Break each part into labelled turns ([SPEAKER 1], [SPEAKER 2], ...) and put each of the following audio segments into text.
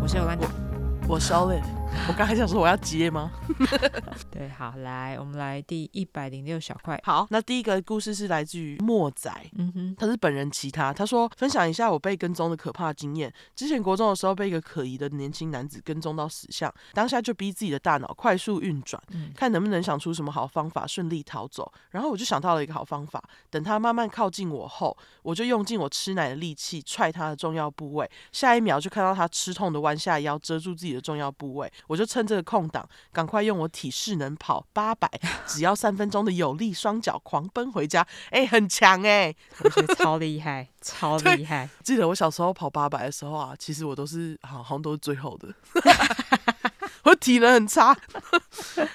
[SPEAKER 1] 我是有兰。
[SPEAKER 2] 我烧嘞，我刚还想说我要接吗？
[SPEAKER 1] 对，好，来，我们来第一百零六小块。
[SPEAKER 2] 好，那第一个故事是来自于莫仔，
[SPEAKER 1] 嗯哼，
[SPEAKER 2] 他是本人其他，他说分享一下我被跟踪的可怕经验。之前国中的时候被一个可疑的年轻男子跟踪到死巷，当下就逼自己的大脑快速运转，
[SPEAKER 1] 嗯
[SPEAKER 2] 看能不能想出什么好方法顺利逃走。然后我就想到了一个好方法，等他慢慢靠近我后，我就用尽我吃奶的力气踹他的重要部位，下一秒就看到他吃痛的弯下腰遮住自己的重要部位，我就趁这个空档赶快用我体适能跑八百， 只要三分钟的有力双脚狂奔回家，哎、很强哎、
[SPEAKER 1] 我觉得超厉害，超厉 害。
[SPEAKER 2] 记得我小时候跑八百的时候啊，其实我都是好好像都是最后的， 我体能很差。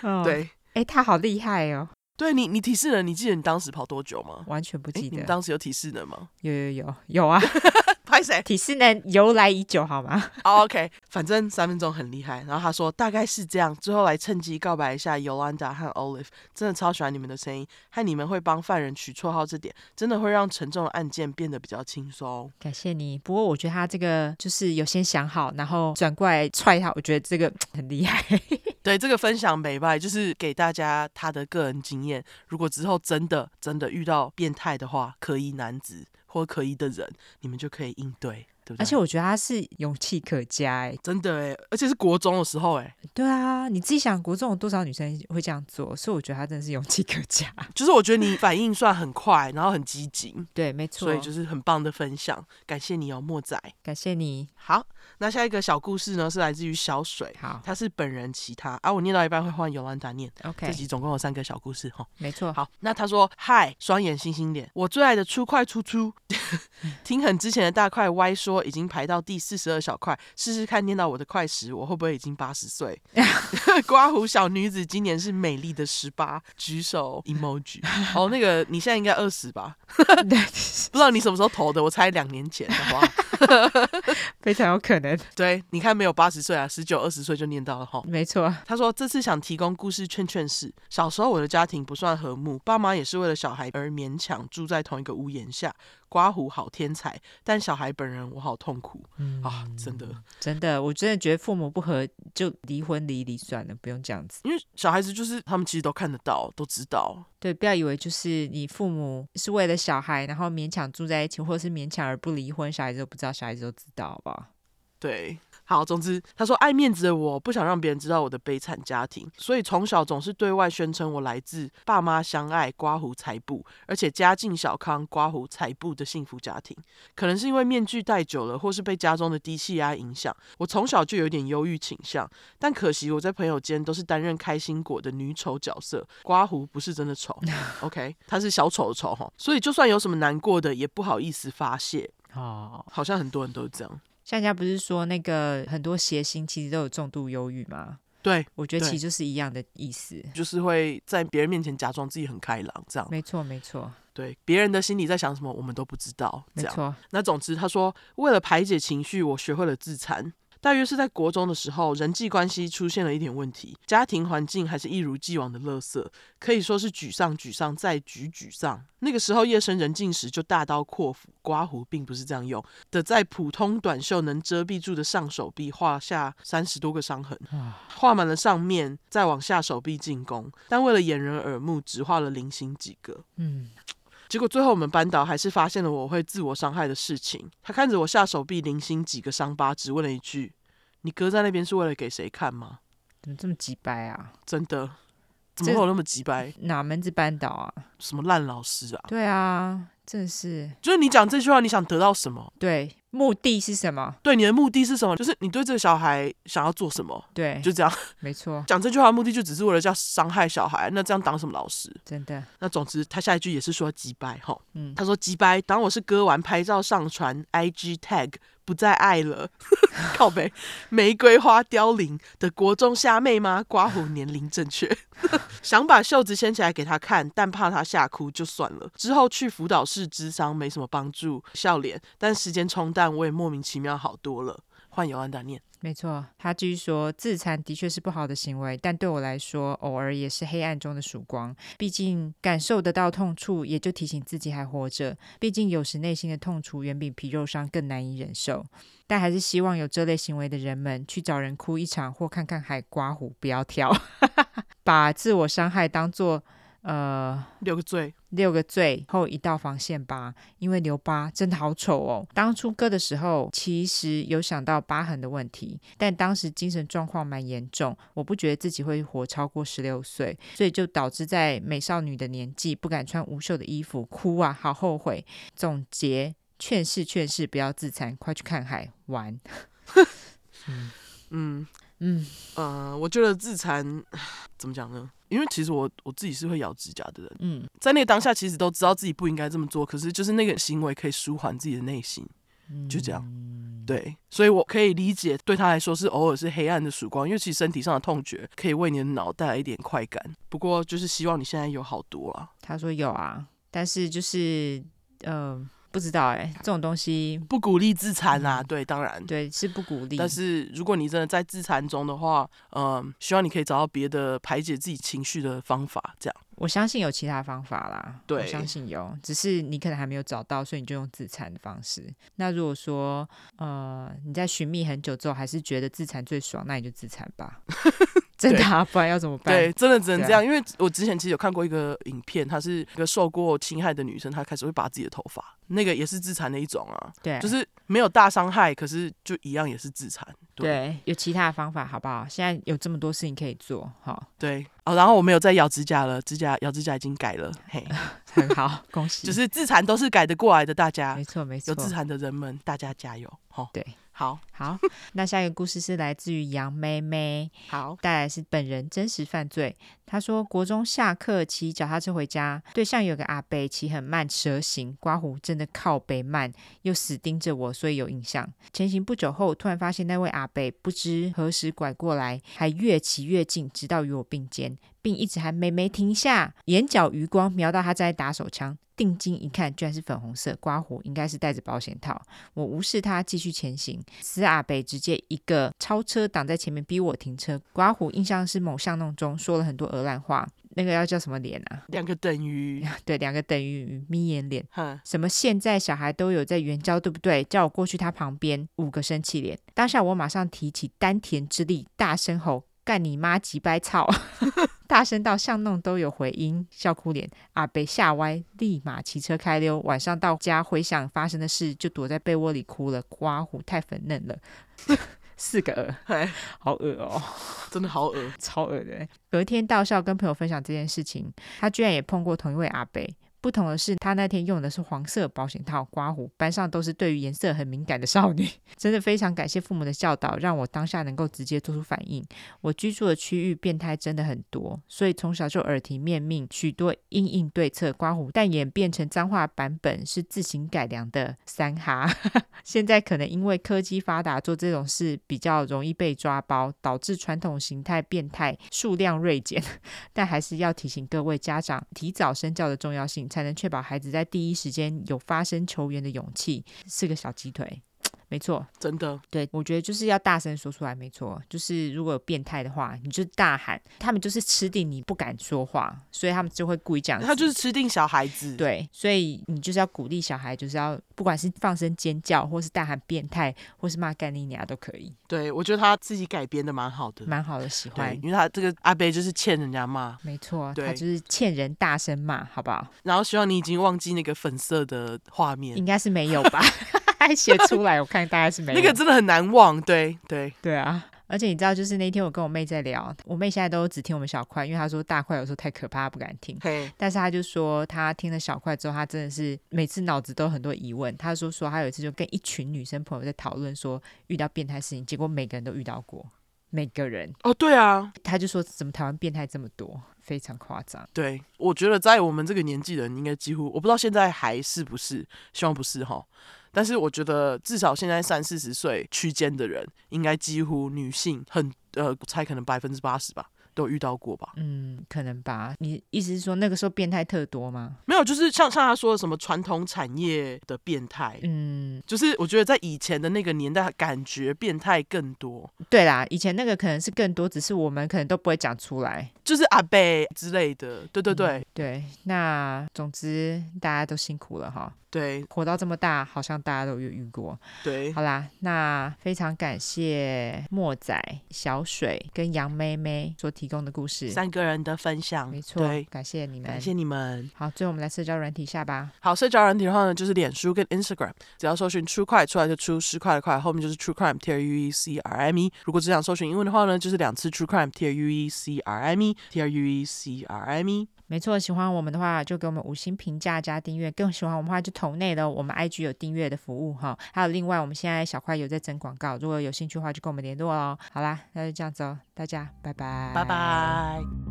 [SPEAKER 1] 哦，
[SPEAKER 2] 对，
[SPEAKER 1] 哎，他好厉害哦，
[SPEAKER 2] 对你你体适能，你记得你当时跑多久吗？
[SPEAKER 1] 完全不
[SPEAKER 2] 诶
[SPEAKER 1] 记
[SPEAKER 2] 你们
[SPEAKER 1] 得。
[SPEAKER 2] 当时有体适能吗？
[SPEAKER 1] 有有有有啊，
[SPEAKER 2] 拍谁、
[SPEAKER 1] 体适能由来已久，好吗？
[SPEAKER 2] o k 反正三分钟很厉害。然后他说大概是这样，最后来趁机告白一下 Yolanda 和 Olive，真的超喜欢你们的声音，和你们会帮犯人取绰号这点，真的会让沉重的案件变得比较轻松。
[SPEAKER 1] 感谢你。不过我觉得他这个就是有先想好，然后转过来踹他，我觉得这个很厉 害。
[SPEAKER 2] 对这个分享美拜，就是给大家他的个人经验。如果之后真的真的遇到变态的话，可疑男子或可疑的人，你们就可以应对，对不对？
[SPEAKER 1] 而且我觉得他是勇气可嘉，哎，
[SPEAKER 2] 真的哎，而且是国中的时候哎，
[SPEAKER 1] 对啊，你自己想，国中有多少女生会这样做？所以我觉得他真的是勇气可 嘉。
[SPEAKER 2] 就是我觉得你反应算很快，然后很积极，
[SPEAKER 1] 对，没错。
[SPEAKER 2] 所以就是很棒的分享，感谢你哦，莫仔。
[SPEAKER 1] 感谢你。
[SPEAKER 2] 好，那下一个小故事呢，是来自于小水，
[SPEAKER 1] 好
[SPEAKER 2] 他是本人其他啊，我念到一半会换尤兰达念。这
[SPEAKER 1] ，OK，
[SPEAKER 2] 集总共有三个小故事哈。
[SPEAKER 1] 没错。
[SPEAKER 2] 好，那他说嗨，双眼星星脸，我最爱的出快出出， 听很之前的大块歪说已经排到第四十二小块，试试看念到我的快时，我会不会已经八十岁？ 刮胡小女子今年是美丽的十八，举手 emoji。哦，那个你现在应该二十吧？
[SPEAKER 1] 对，
[SPEAKER 2] 不知道你什么时候投的，我猜两年前，好不好？
[SPEAKER 1] 非常有可能，
[SPEAKER 2] 对，你看没有八十岁啊，十九二十岁就念到了哈。
[SPEAKER 1] 没错。
[SPEAKER 2] 他说：“这次想提供故事劝劝世。小时候我的家庭不算和睦，爸妈也是为了小孩而勉强住在同一个屋檐下。刮胡好天才，但小孩本人我好痛苦
[SPEAKER 1] 嗯
[SPEAKER 2] 啊！真的，
[SPEAKER 1] 真的，我真的觉得父母不和就离婚离一离算了，不用这样子。
[SPEAKER 2] 因为小孩子就是他们其实都看得到，都知道。
[SPEAKER 1] 对，不要以为就是你父母是为了小孩，然后勉强住在一起，或者是勉强而不离婚，小孩子都不知道，小孩子都知道，好不好？
[SPEAKER 2] 对，好，总之他说爱面子的我不想让别人知道我的悲惨家庭，所以从小总是对外宣称我来自爸妈相爱刮胡财布，而且家境小康刮胡财布的幸福家庭。可能是因为面具戴久了，或是被家中的低气压影响，我从小就有点忧郁倾向。但可惜我在朋友间都是担任开心果的女丑角色，刮胡不是真的丑，OK，他是小丑的丑哈，所以就算有什么难过的，也不好意思发泄。
[SPEAKER 1] 哦，
[SPEAKER 2] 好像很多人都是这样，
[SPEAKER 1] 像人家不是说那个很多谐星其实都有重度忧郁吗？
[SPEAKER 2] 对。
[SPEAKER 1] 我觉得
[SPEAKER 2] 对
[SPEAKER 1] 其实就是一样的意思。
[SPEAKER 2] 就是会在别人面前假装自己很开朗，这样
[SPEAKER 1] 没错，没错，
[SPEAKER 2] 对别人的心里在想什么，我们都不知道。
[SPEAKER 1] 没
[SPEAKER 2] 这样，
[SPEAKER 1] 错。
[SPEAKER 2] 那总之他说，为了排解情绪，我学会了自残。大约是在国中的时候，人际关系出现了一点问题，家庭环境还是一如既往的垃圾，可以说是沮丧、沮丧再沮沮丧。那个时候夜深人静时，就大刀阔斧刮胡，并不是这样用的，在普通短袖能遮蔽住的上手臂画下三十多个伤痕。
[SPEAKER 1] 啊，
[SPEAKER 2] 画满了上面，再往下手臂进攻，但为了掩人耳目，只画了零星几个。
[SPEAKER 1] 嗯，
[SPEAKER 2] 结果最后我们班导还是发现了我会自我伤害的事情。他看着我下手臂零星几个伤疤，只问了一句：“你搁在那边是为了给谁看吗
[SPEAKER 1] 怎么这么鸡掰啊？？”
[SPEAKER 2] 真的，怎么会有那么急掰？
[SPEAKER 1] 哪门子扳倒啊？
[SPEAKER 2] 什么烂老师啊！
[SPEAKER 1] 对啊，真的是
[SPEAKER 2] 就是你讲这句话，你想得到什么？
[SPEAKER 1] 对，目的是什么？
[SPEAKER 2] 对你的目的是什么？就是你对这个小孩想要做什么？
[SPEAKER 1] 对，
[SPEAKER 2] 就这样
[SPEAKER 1] 没错，
[SPEAKER 2] 讲这句话的目的，就只是为了要伤害小孩。那这样当什么老师？
[SPEAKER 1] 真的，
[SPEAKER 2] 那总之，他下一句也是说击败吼，
[SPEAKER 1] 嗯
[SPEAKER 2] 他说击败，当我是割完拍照上传 IG tag 不再爱了， 靠北玫瑰花凋零的国中虾妹吗？刮胡年龄正确， 想把袖子掀起来给他看，但怕他吓哭就算了。之后去辅导室智商没什么帮助，笑脸，但时间冲淡，我也莫名其妙好多了。换尤安达念。
[SPEAKER 1] 没错，他继续说，自残的确是不好的行为，但对我来说，偶尔也是黑暗中的曙光。毕竟感受得到痛处，也就提醒自己还活着。毕竟有时内心的痛楚远比皮肉伤更难以忍受。但还是希望有这类行为的人们去找人哭一场，或看看海刮胡，不要跳， 把自我伤害当做呃
[SPEAKER 2] 六个罪，
[SPEAKER 1] 六个最后一道防线吧，因为留疤真的好丑哦。当初割的时候，其实有想到疤痕的问题，但当时精神状况蛮严重，我不觉得自己会活超过十六岁，所以就导致在美少女的年纪不敢穿无袖的衣服，哭啊，好后悔。总结劝世劝世，不要自残，快去看海玩。
[SPEAKER 2] 嗯
[SPEAKER 1] 嗯，
[SPEAKER 2] 呃，我觉得自残 怎么讲呢？因为其实我我自己是会咬指甲的人，
[SPEAKER 1] 嗯
[SPEAKER 2] 在那个当下其实都知道自己不应该这么做，可是就是那个行为可以舒缓自己的内心，
[SPEAKER 1] 嗯
[SPEAKER 2] 就这样。对，所以我可以理解，对他来说是偶尔是黑暗的曙光，因为其实身体上的痛觉可以为你的脑带来一点快感。不过就是希望你现在有好多啊，
[SPEAKER 1] 他说有啊，但是就是呃，不知道哎、这种东西。
[SPEAKER 2] 不鼓励自残啊，
[SPEAKER 1] 嗯
[SPEAKER 2] 对，当然。
[SPEAKER 1] 对，是不鼓励。
[SPEAKER 2] 但是如果你真的在自残中的话，嗯、希望你可以找到别的排解自己情绪的方法，这样。
[SPEAKER 1] 我相信有其他方法啦，我
[SPEAKER 2] 对
[SPEAKER 1] 相信有，只是你可能还没有找到，所以你就用自残的方式。那如果说，呃，你在寻觅很久之后，还是觉得自残最爽，那你就自残 吧，真的、啊，不然要怎么办？
[SPEAKER 2] 对，真的只能
[SPEAKER 1] 对啊
[SPEAKER 2] 这样，因为我之前其实有看过一个影片，她是一个受过侵害的女生，她开始会拔自己的头发，那个也是自残的一种啊，
[SPEAKER 1] 对，
[SPEAKER 2] 就是没有大伤害，可是就一样也是自残。对
[SPEAKER 1] 对，有其他的方法，好不好？现在有这么多事情可以做，好，
[SPEAKER 2] 对哦，然后我没有再咬指甲了，指甲咬指甲已经改了， 嘿，
[SPEAKER 1] 很好， 恭喜。
[SPEAKER 2] 就是自残都是改得过来的，大家
[SPEAKER 1] 没错，没错
[SPEAKER 2] 有，自残的人们，大家加油，吼，
[SPEAKER 1] 对，
[SPEAKER 2] 好
[SPEAKER 1] 好。那下一个故事是来自于杨妹妹，
[SPEAKER 2] 好，
[SPEAKER 1] 带来是本人真实犯罪。他说，国中下课骑脚踏车回家，对象有个阿伯骑很慢，蛇行，刮胡真的靠北慢，又死盯着我，所以有印象。前行不久后，突然发现那位阿伯不知何时拐过来，还越骑越近，直到与我并肩，并一直喊“妹妹停下”，眼角余光瞄到他在打手枪。定睛一看，居然是粉红色刮胡，应该是戴着保险套。我无视他，继续前行。死阿北直接一个超车挡在前面，逼我停车。刮胡印象是某巷弄中说了很多荷兰话，那个要叫什么脸啊？
[SPEAKER 2] 两个等于，
[SPEAKER 1] 对，两个等于眯眼脸。
[SPEAKER 2] 哼，
[SPEAKER 1] 什么现在小孩都有在援交，对不对？叫我过去他旁边，五个生气脸。当下我马上提起丹田之力，大声吼：“干你妈几百草！” 大声到巷弄都有回音，笑哭脸阿北吓歪，立马骑车开溜。晚上到家回想发生的事，就躲在被窝里哭了。刮胡太粉嫩了，四个耳，
[SPEAKER 2] 嘿，
[SPEAKER 1] 好恶哦。
[SPEAKER 2] 真的好恶，
[SPEAKER 1] 超恶的欸。隔天到校跟朋友分享这件事情，他居然也碰过同一位阿伯。不同的是，他那天用的是黄色保险套刮胡，班上都是对于颜色很敏感的少女。 真的非常感谢父母的教导，让我当下能够直接做出反应。我居住的区域变态真的很多，所以从小就耳提面命，许多阴应对策刮胡，但演变成脏话版本是自行改良的三哈。现在可能因为科技发达，做这种事比较容易被抓包，导致传统形态变态数量锐减。 但还是要提醒各位家长，提早身教的重要性，才能确保孩子在第一时间有发声求援的勇气。是个小鸡腿，没错，
[SPEAKER 2] 真的，
[SPEAKER 1] 对，我觉得就是要大声说出来，没错。就是如果有变态的话，你就大喊，他们就是吃定你不敢说话，所以他们就会故意这样子。
[SPEAKER 2] 他就是吃定小孩子，，
[SPEAKER 1] 啊对，所以你就是要鼓励小孩，就是要不管是放声尖叫，或是大喊变态，或是骂干你娘都可以，
[SPEAKER 2] 对我觉得他自己改编的蛮好的，
[SPEAKER 1] 蛮好的，喜
[SPEAKER 2] 嗯对，
[SPEAKER 1] 欢。
[SPEAKER 2] 因为他这个阿贝就是欠人家骂，
[SPEAKER 1] 没错，他
[SPEAKER 2] 对
[SPEAKER 1] 就是欠人大声骂，好不好？
[SPEAKER 2] 然后希望你已经忘记那个粉色的画面
[SPEAKER 1] 应，该是没有吧？还写出来，我看大概是没有。
[SPEAKER 2] 那个真的很难忘，对对，
[SPEAKER 1] 对啊，而且你知道，就是那天我跟我妹在聊，我妹现在都只听我们小块，因为她说大块有时候太可怕，她不敢听。
[SPEAKER 2] 嘿，
[SPEAKER 1] 但是她就说，她听了小块之后，她真的是每次脑子都有很多疑问。她说说，她有一次就跟一群女生朋友在讨论说遇到变态事情，结果每个人都遇到过，每个人。
[SPEAKER 2] 哦，对啊，
[SPEAKER 1] 她就说，怎么台湾变态这么多，非常夸张。
[SPEAKER 2] 对，我觉得在我们这个年纪的人，应该几乎我不知道现在还是不是，希望不是哈。但是我觉得至少现在三四十岁区间的人，应该几乎女性很呃，我猜可能百分之八十吧，都遇到过吧？
[SPEAKER 1] 嗯，可能吧。你意思是说那个时候变态特多吗？
[SPEAKER 2] 没有，就是像像他说的什么传统产业的变态，
[SPEAKER 1] 嗯，
[SPEAKER 2] 就是我觉得在以前的那个年代，感觉变态更多，
[SPEAKER 1] 对啦，以前那个可能是更多，只是我们可能都不会讲出来。
[SPEAKER 2] 就是阿贝之类的。对对对、
[SPEAKER 1] 对，那总之大家都辛苦了哈，
[SPEAKER 2] 对
[SPEAKER 1] 活到这么大，好像大家都有遇过。
[SPEAKER 2] 对，
[SPEAKER 1] 好啦，那非常感谢莫仔、小水跟杨妹妹所提供的故事，
[SPEAKER 2] 三个人的分享，
[SPEAKER 1] 没错
[SPEAKER 2] 对，，
[SPEAKER 1] 感谢你们
[SPEAKER 2] 感。谢你们。
[SPEAKER 1] 好，最后我们来社交软体下吧。
[SPEAKER 2] 好，社交软体的话呢，就是脸书跟 Instagram，只要搜寻 True 快出来就出十块的快，后面就是 True Crime T R U E C R I M E。如果只想搜寻英文的话呢，就是两次 True Crime T R U E C R I M E T R U E C R I M E。
[SPEAKER 1] 没错，喜欢我们的话就给我们五星评价加订阅，更喜欢我们的话就投内了。我们 IG 有订阅的服务哈，还有另外我们现在小块有在整广告，如果有兴趣的话就跟我们联络哦。好啦，那就这样子哦，大家拜拜，
[SPEAKER 2] 拜拜。